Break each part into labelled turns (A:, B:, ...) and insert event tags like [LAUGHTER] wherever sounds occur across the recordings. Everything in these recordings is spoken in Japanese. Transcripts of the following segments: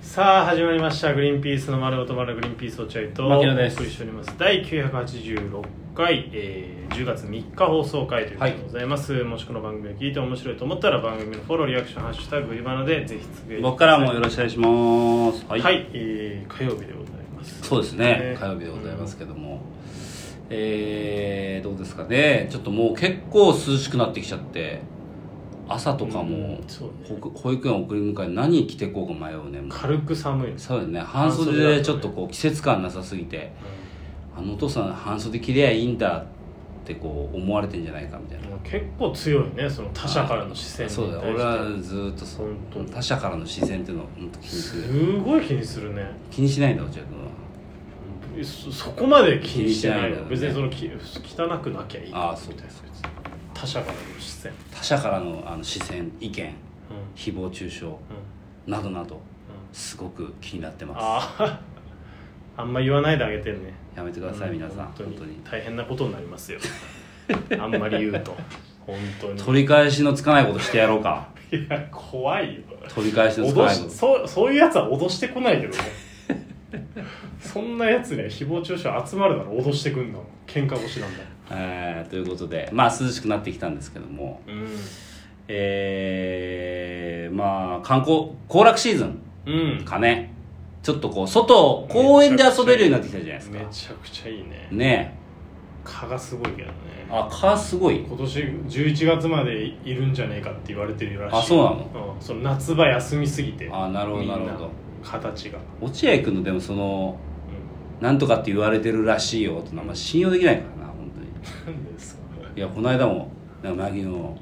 A: さあ始まりました「グリーンピースの丸ごと丸グリーンピース落合」とお
B: 牧
A: 送
B: 野です
A: りしております第986回、えー10月3日放送回ということでございます、もしこの番組を聞いて面白いと思ったら番組のフォローリアクション「ハッシュタググリバナ」でぜひつぶやいてください
B: 僕からもよろしくお願いしますは、
A: はいい、えー火曜日でございます
B: そうですね
A: ね
B: 火曜日でございますけども、えー、どうですかねちょっともう結構涼しくなってきちゃって朝とかも
A: うん、そう
B: 保
A: ね
B: 育保育園送り迎え何着てこうか迷うねもう
A: 軽く寒いです、
B: そうだね半袖でちょっとこう季節感なさすぎてあのお父さん半袖着りゃいいんだってこう思われてんじゃないかみたいな
A: うんもう結構強いねその他者からの視線に対
B: そう
A: して
B: だ俺はずーっとそ
A: 本当
B: う他者からの視線っていうのを本当気にする
A: すごい気にするね
B: 気にしないんだ落合君は
A: そそこまで気にしてないの
B: 気にし
A: 別
B: てな
A: に
B: い
A: そのき汚くなきゃいい
B: ああそう
A: みたい
B: で
A: な
B: す
A: 他者からの視線
B: 他者からのあの視線意見
A: うんうん
B: 誹謗中傷などなどすごく気になってま
A: あ [LAUGHS] ああんま言わないであげてんね
B: すやめてください、
A: うん
B: 皆さん本当に
A: 大変なことになりますよ [LAUGHS] あんまり言うと本当に
B: 取り返しのつかないことしてやろ
A: [LAUGHS]
B: うか
A: いや怖いよ
B: 取り返しのつか
A: 脅
B: ないこ
A: し
B: と
A: そうそういうやつは脅してこないけどね [LAUGHS] そんなやつね誹謗中傷集まるなら脅してくんだもん喧嘩腰なんだも
B: えーということでまあ涼しくなってきたんですけども
A: ん
B: えー、まあ観光行楽シーズン
A: うん
B: かねちょっとこう外公園で遊べるようになってきたじゃないです
A: め
B: か
A: ちゃくちゃいいね
B: ね
A: 蚊がすごいけどね
B: えあ蚊すごい
A: 今年11月までいるんじゃねえかって言われてるらしい
B: あそうな
A: の,、うん、その夏場休みすぎて
B: あなるほどなるほど
A: 形が、
B: 落合君のでもその
A: う
B: なんとかって言われてるらしいよってのはあんま信用できないからな本当に
A: ん、なんですか
B: いやこの間もなんかマギの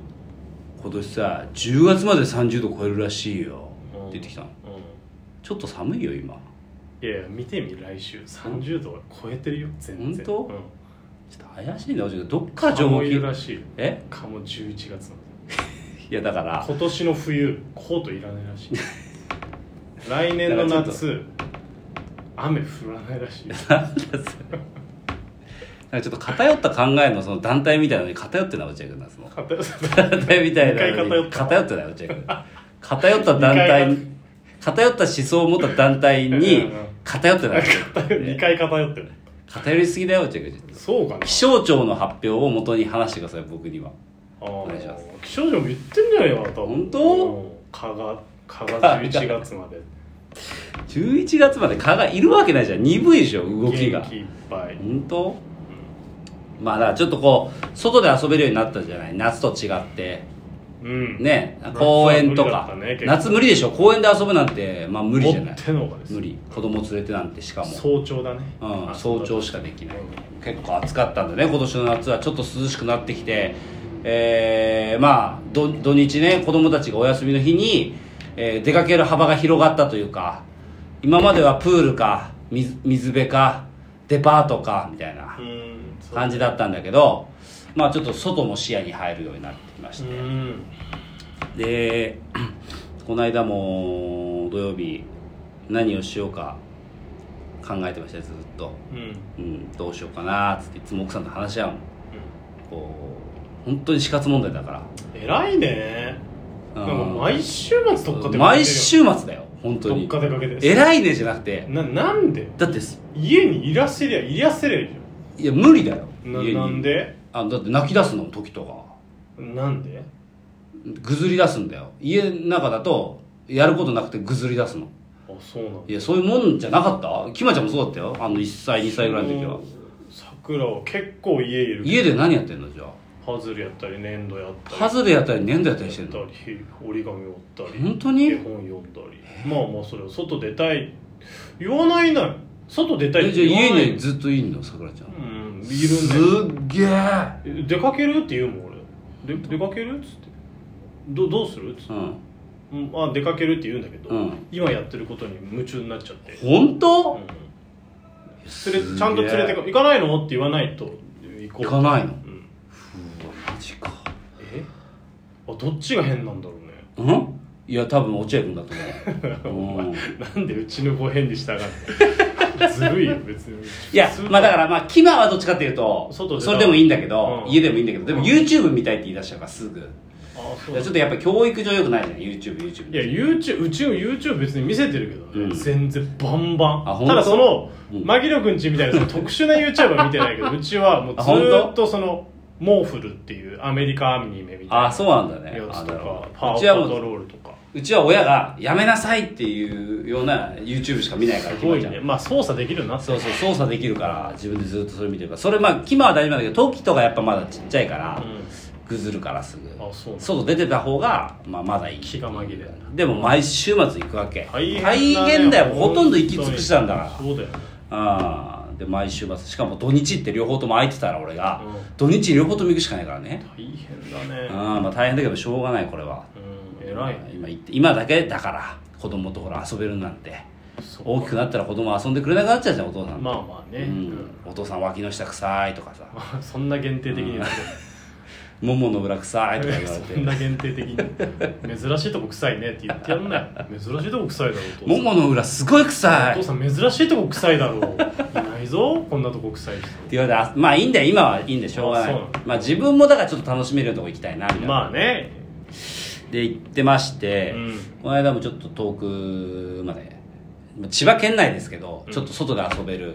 B: 今年さ10月まで30度超えるらしいよって言ってきたの
A: う
B: ちょっと寒いよ今
A: ん、いやいや見てみ来週30度は超えてるよ全然
B: 本当
A: うん、
B: ちょっと怪しいんだ落合君どっから
A: 蚊
B: 情報
A: もい
B: 聞
A: る
B: い
A: らしいよ
B: え
A: 蚊も11月まで
B: いやだから [LAUGHS]
A: 今年の冬コートいらないらしい
B: [LAUGHS]
A: 来年の
B: だからち
A: 夏雨降らないら
B: [LAUGHS]
A: しいよ
B: なんかちょっと偏った考えのその団体みたいなのに偏ってない落合君なんその [LAUGHS]
A: 片寄せた
B: 団体みたいなのに
A: 一回偏った
B: 偏ってない落合君偏った団体
A: 二回
B: に偏った思想を持った団体
A: う
B: に
A: んうん
B: 偏ってない
A: 偏2回偏ってる
B: 偏りすぎだよ落合君
A: そうかな
B: 気象庁の発表を元に話してください僕には
A: お
B: 願いします
A: 気象庁も言ってんじゃないかなと
B: 本当
A: 蚊が蚊が11月まで
B: 11月まで蚊がいるわけないじゃん鈍いでしょ [LAUGHS] 動きが
A: 元気いっぱい、
B: 本当まあだからちょっとこう外で遊べるようになったじゃない夏と違って
A: うん
B: ね公園と
A: 夏は無理だ
B: か
A: ったね
B: 夏無理でしょ公園で遊ぶなんてまあ無理じゃな
A: 持
B: い
A: ってのがです
B: 無理子供連れてなんてしかも、
A: 早朝だね、
B: うん、
A: あ
B: 早朝しかできない
A: うん
B: 結構暑かったんだね今年の夏はちょっと涼しくなってきてえーまあど土日ね子供たちがお休みの日に、えー出かける幅が広がったというか今まではプールか水水辺かデパートかみたいな
A: うんそう
B: 感じだったんだけどまあちょっと外も視野に入るようになってきま
A: う
B: して
A: ん
B: で [CLEARS THROAT] この間も土曜日何をしようか考えてましたよずっと。
A: うんうん
B: うん、どうしようかなっつっていつも奥さんと話し合うのこう本当に死活問題だか
A: 偉いね
B: ら、
A: なんか
B: うん
A: 毎週末どっか出かけてるよ
B: 毎週末だよ本当
A: どっ
B: に
A: か出かけて
B: 偉いねじゃなくて
A: ななんで
B: だってす
A: 家にいらせりゃいらせりゃいいじ
B: いや無理だよ
A: ゃんな
B: 家に
A: なんで
B: あだって泣き出すの時とか
A: なんで
B: ぐずり出すんだよ家の中だとやることなくてぐずり出すの
A: あそうなん
B: いやそういうもんじゃなかったきまちゃんもそうだったよあの1歳2歳ぐらいの時は
A: さくらは結構家いるけど
B: 家で何やってんのじゃあ
A: パズルやったり粘土やったり
B: ハズレやったり粘土やったりして
A: や
B: んの
A: ったり折り紙折ったり
B: 本当に
A: 絵本読んだりまあまあそれは外出たい言わないな外出たい
B: え
A: っ
B: じゃ
A: て
B: あ
A: 言わない
B: 家にずっといんのさくらちゃん
A: うんい
B: す
A: る
B: っげえ
A: ね出かけるって言うもん俺で出かけるっつってどどうするっつって、
B: うん
A: うんあ出かけるって言うんだけど、
B: うん
A: 今やってることに夢中になっちゃって、
B: 本当
A: うん、連れちゃんと連れてこ行かないのって言わないと行こう
B: 行かないの
A: うん、
B: マジか
A: えあどっちが変なんだろうね [LAUGHS]
B: うんいや多分落合君だと
A: [LAUGHS]
B: 思う、うん、い
A: なんでうちの子変に従って [LAUGHS] ずるいよ別に
B: や
A: 普通
B: まあだからまあキマはどっちかっていうと
A: 外出た
B: それでもいいんだけど、
A: うん
B: 家でもいいんだけどでも
A: うん
B: YouTube 見たいって言い出したからすぐ
A: あ
B: ち
A: そう
B: ょっとやっぱ教育上よくないじゃん YouTubeYouTube
A: いや YouTube うちの YouTube 別に見せてるけどね、
B: うん
A: 全然バンバ
B: あ
A: ン
B: 本当
A: ただその
B: うん
A: 牧野くんちみたいなその特殊な YouTuber 見てないけ
B: [LAUGHS]
A: どうちはもうず
B: あ本当
A: ーっとそのモーフルっていうアメリカアニメみたい
B: あ
A: なや
B: あそうなんだね
A: つ
B: あ
A: と
B: なるほ
A: か
B: ど
A: パワ
B: うちは
A: ー
B: も
A: パト
B: う
A: ロールとか
B: うちは親がやめなさいっていうような YouTube しか見ないから
A: す
B: キマ
A: ごい
B: ちゃん
A: ねまあ操作できるようになって
B: そうそう操作できるから自分でずっとそれ見てるからそれまあキマは大丈夫なんだけどトキとかやっぱまだちっちゃいか
A: う
B: ら、ぐずるからすぐ
A: んあそうなんだ
B: 外出てた方が、まあ、まだいい
A: 気が紛れる
B: でも毎週末行くわけ
A: 大変だ
B: 大
A: ね
B: 変だよほとんど行き尽くしたんだから
A: そうだよね
B: あーで毎週末しかも土日って両方とも空いてたら俺が、
A: うん
B: 土日両方とも行くしかないからね、
A: 大変だね
B: あーまあ大変だけどしょうがないこれは
A: うん偉いね
B: 今行って今だけだから子供とほら遊べるなんて
A: そう
B: 大きくなったら子供遊んでくれなくなっちゃうじゃんお父さん
A: まあまあね、
B: う
A: うんん、
B: お父さん脇の下臭いとかさ
A: まあそんな限定的に言って
B: ももの裏臭いとか言われ
A: そん
B: て
A: な限定的に珍しいとこ臭いねって言ってやんなよ珍しいとこ臭いだろうと
B: ももの裏すごい臭い
A: お父さん珍しいとこ臭いだろういないぞこんなとこ臭い人
B: って言われてあまあいいんだよ今はいいんでしょうがない
A: あそうなんだ
B: まあ自分もだからちょっと楽しめるようなとこ行きたいなみたいな、
A: まあね
B: で行ってまして、
A: うん
B: この間もちょっと遠くまでまあ千葉県内ですけど、
A: うん
B: ちょっと外で遊べる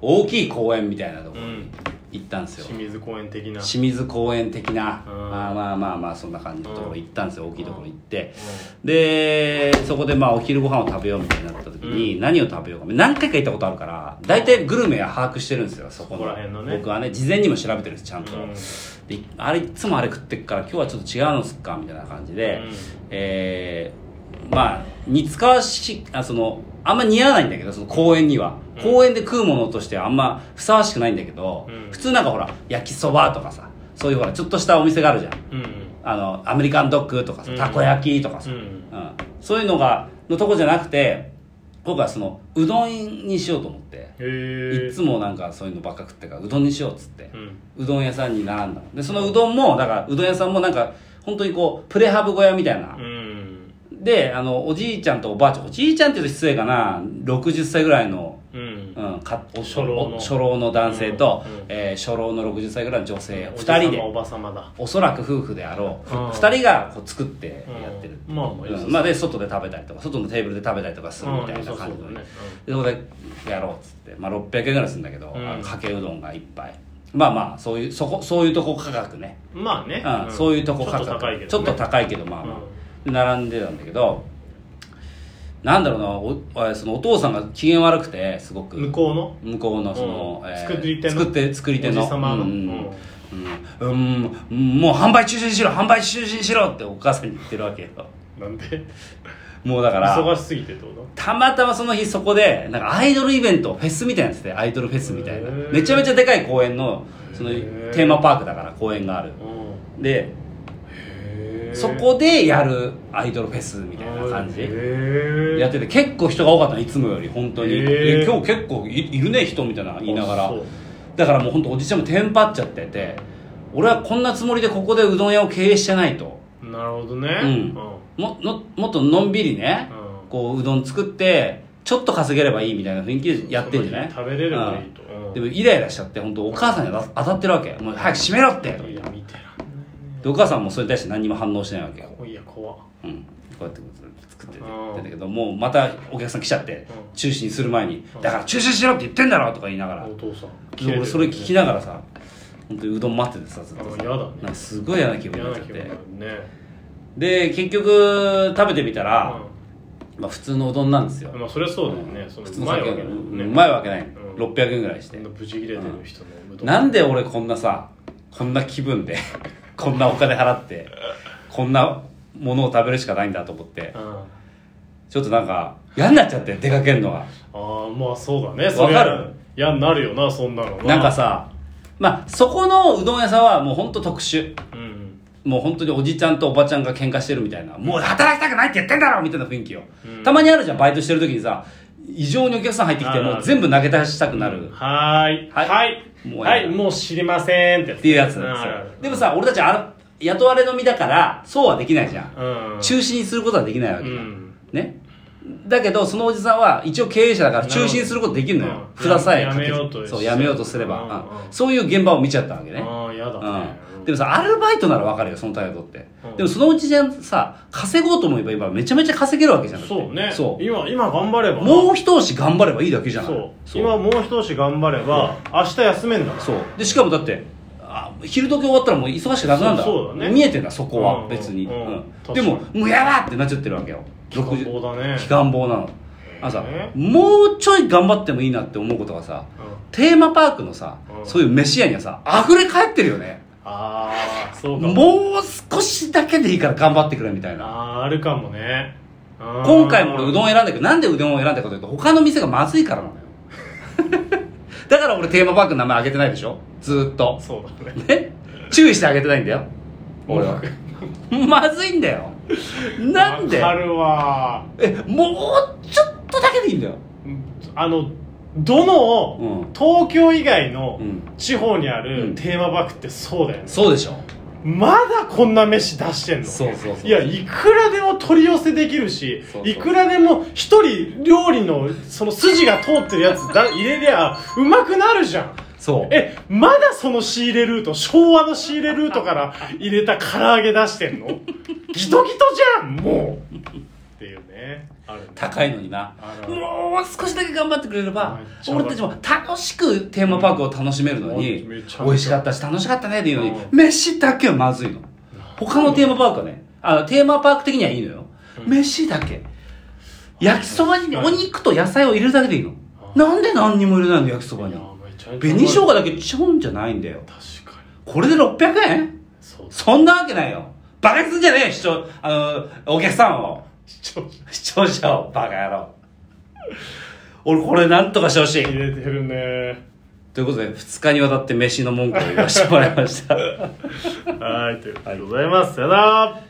B: 大きい公園みたいなとこ
A: う
B: ろ
A: ん
B: 行ったんですよ、
A: 清水公園的な、
B: 清水公園的な、
A: うん
B: まあまあまあまあそんな感じのところ行ったんですよ、大きいところ行って、
A: う
B: でそこでまあお昼ご飯を食べようみたいになった時に、何を食べようか何回か行ったことあるから大体グルメは把握してるんですよそこの
A: そこら辺のね
B: 僕はね事前にも調べてるんですちゃんと、
A: うん
B: であれいつもあれ食ってっから今日はちょっと違うのすっかみたいな感じ
A: う
B: で、
A: ん
B: えーまあ似つかわしあそのあんま似合わないんだけどその公園には公園で食うものとしてあんまふさわしくないんだけど、
A: うん
B: 普通なんかほら焼きそばとかさそういうほらちょっとしたお店があるじゃん
A: ん
B: あのアメリカンドッグとかさ
A: うん
B: たこ焼きとかさ、
A: うん
B: うんそういうのがのとこじゃなくて僕はそのうどんにしようと思って
A: へえ
B: いつもなんかそういうのばっか食ってからうどんにしようっつって、
A: うん
B: うどん屋さんに並んだのでそのうどんもだからうどん屋さんもなんか本当にこうプレハブ小屋みたいな
A: う、ん
B: であのおじいちゃんとおばあちゃんおじいちゃんって言うと失礼かな60歳ぐらいの、
A: うん
B: うん、かお
A: 初老の
B: お初老の男性と、
A: うんうん
B: えー初老の60歳ぐらいの女性
A: おじさ
B: 2
A: ま
B: 人で
A: おばさまだ
B: おそらく夫婦であろう、ふ
A: うん
B: 2人がこう作ってやってる、
A: うんまあまあいいです
B: うんまあ、で外で食べたりとか外のテーブルで食べたりとかするみたいな感じで、
A: うん良さ
B: でそこでやろうっつって、まあ、600円ぐらいするんだけど、
A: うん
B: あのかけうどんが一杯まあまあそういうそこそういうとこ価格ね、
A: まあね、
B: うん
A: ん
B: そういうとこ価格
A: ちょっと高いけど、ね、
B: ちょっと高いけどまあまあ、で並んでたんだけどなんだろうなおあそのお父さんが機嫌悪くてすごく
A: 向こうの
B: 向こうのその、
A: うん
B: えー
A: 作り手の
B: 作って作り手の
A: おじさまの
B: うんうんうんうんもう販売中止にしろ販売中止にしろってお母さんに言ってるわけよ
A: なんで
B: もうだから
A: 忙しすぎてってこと
B: たまたまその日そこでなんかアイドルイベントフェスみたいなやつでアイドルフェスみたいな
A: へー
B: めちゃめちゃでかい公園のそのテ
A: へー
B: ーマパークだから公園がある
A: う
B: で
A: ん
B: そこでやるアイドルフェスみたいな感じやってて結構人が多かったのいつもより本当に
A: へー
B: え今日結構いいるね人みたいな言いながらだからもう本当おじちゃんもテンパっちゃってて俺はこんなつもりでここでうどん屋を経営してないと
A: なるほどね
B: う
A: うんん、
B: ものもっとのんびりね
A: うん
B: こううどん作ってちょっと稼げればいいみたいな雰囲気でやってんじゃない
A: 食べれればいいと、
B: う
A: うんん、
B: でもイライラしちゃって本当お母さんに当た当たってるわけもう早く閉めろって
A: いや見てらんない
B: でお母さんもそれに対して何にも反応しないわけよ、
A: ねいや怖っ
B: うん、こうやって作ってて
A: うん
B: だけどもうまたお客さん来ちゃって
A: うん
B: 中止にする前に
A: うん
B: 「だから中止しろって言ってんだろ!」とか言いながら
A: お父さん
B: で俺それ聞き
A: な
B: ながらさ本当にうどん待っててさずっとさ
A: あ嫌だね
B: なんかすごい嫌な気分に
A: 嫌
B: なっ
A: な
B: ちゃっ
A: 気分に
B: て
A: なるね
B: で結局食べてみたら、
A: う
B: まあ、普通のうどんなんですよ
A: ん、まあそりゃそうだよね、その
B: 普
A: う
B: 通の
A: まい
B: 酒
A: わ
B: う
A: けだよね
B: まいわけない
A: うん
B: 600円ぐらいし
A: そ
B: て
A: んなブチ切れてる人のうどん
B: なんで俺こんなさこんな気分で [LAUGHS] こんなお金払ってこんなものを食べるしかないんだと思って
A: うんあ
B: ちょっとなんか嫌になっちゃって出かけるのが
A: あまあそうだね
B: わかる
A: それは嫌になるよなそんなの
B: なんかさまあそこのうどん屋さんはもうほんと特殊
A: うん
B: もう本当におじちゃんとおばちゃんが喧嘩してるみたいなもう働きたくないって言ってんだろみたいな雰囲気よ、
A: うん
B: たまにあるじゃんバイトしてる時にさ異常にお客さん入ってきて
A: あるある
B: もう全部投げ出したくなる、
A: はーい
B: はい
A: はい
B: もう
A: はいもう知りませんって
B: っていうやつ
A: うんあるある
B: でもさ俺たちあの雇われの身だからそうはできないじゃん、
A: うん
B: 中止にすることはできないわ
A: う
B: けじゃん、
A: ん
B: ねだけどそのおじさんは一応経営者だから中心することできるの
A: なる
B: よ
A: ほど
B: 札さえ
A: やめようと
B: そうやめようとすれば、
A: うん
B: うん
A: うん
B: そういう現場を見ちゃったわけね
A: ああやだね、
B: うん、でもさアルバイトならわかるよその態度って、
A: うん
B: でもそのうちじゃんさ稼ごうと思えば今めちゃめちゃ稼げるわけじゃん
A: そうね
B: そう
A: 今今頑張れば
B: もう一押し頑張ればいいだけじゃない
A: そう今もう一押し頑張れば明日休めんだから
B: そうでしかもだってあ昼時終わったらもう忙しくなくなるんだ
A: そうそうだね
B: 見えてんだそこ
A: うんう
B: は
A: ん
B: 別に、
A: う
B: うんん
A: 確か
B: で
A: に
B: ももうやだってなっちゃってるわけよ
A: 期間棒だね
B: 期間棒なのあのさ
A: へえ
B: もうちょい頑張ってもいいなって思うことがさ
A: うん
B: テーマパークのさ、
A: うん
B: そういう飯屋にはさ溢れ返ってるよね
A: ああそうかも
B: もう少しだけでいいから頑張ってくれみたいな
A: あーあるかもね今
B: 今回も俺うどん選んだけどなんでうどんを選んだかというと他の店がまずいからなの
A: [LAUGHS]
B: よだから俺テーマパークの名前あげてないでしょずーっと
A: そうだね
B: ね注意してあげてないんだよ俺はまずいんだよなんで
A: わかるわ
B: えもうちょっとだけでいいんだよ
A: あのどの、
B: うん
A: 東京以外の
B: うん
A: 地方にあ
B: う
A: る
B: ん
A: テーマパークってそうだよね、
B: そうでしょ
A: まだこんな飯出してんの
B: そうそうそう
A: やいくらでも取り寄せできるし
B: そうそう
A: いくらでも一人料理のその筋が通ってるやつだ入れりゃうまくなるじゃん
B: そう
A: えまだその仕入れルート昭和の仕入れルートから入れた唐揚げ出して
B: [LAUGHS]
A: んのギトギトじゃんもうっていうねあるね
B: 高いのにな
A: ある
B: もう少しだけ頑張ってくれれば
A: めっちゃわ
B: 俺
A: か
B: た
A: る
B: ちも楽しくテーマパークを楽しめるのに
A: うんめちゃめちゃ
B: 美味しかったし楽しかったねっていうのに
A: う
B: 飯だけはまずいの他のテーマパークはねあのテーマパーク的にはいいのよ飯だけ焼きそばに
A: うん
B: お肉と野菜を入れるだけでいいのなんで何にも入れないの焼きそば
A: い
B: に
A: やめちゃめちゃ
B: 紅生姜だけちょんじゃないんだよ
A: 確かに
B: これで600円
A: そうだ
B: そんなわけないよバカにすんじゃねえよ視聴あのお客さんを
A: 視聴者
B: [LAUGHS] 視聴者をバカ野郎俺これなんとかしてほしい
A: 入れてるね
B: ということで2日にわたって飯の文句を言わせてもらいました
A: はいということでございますさよなら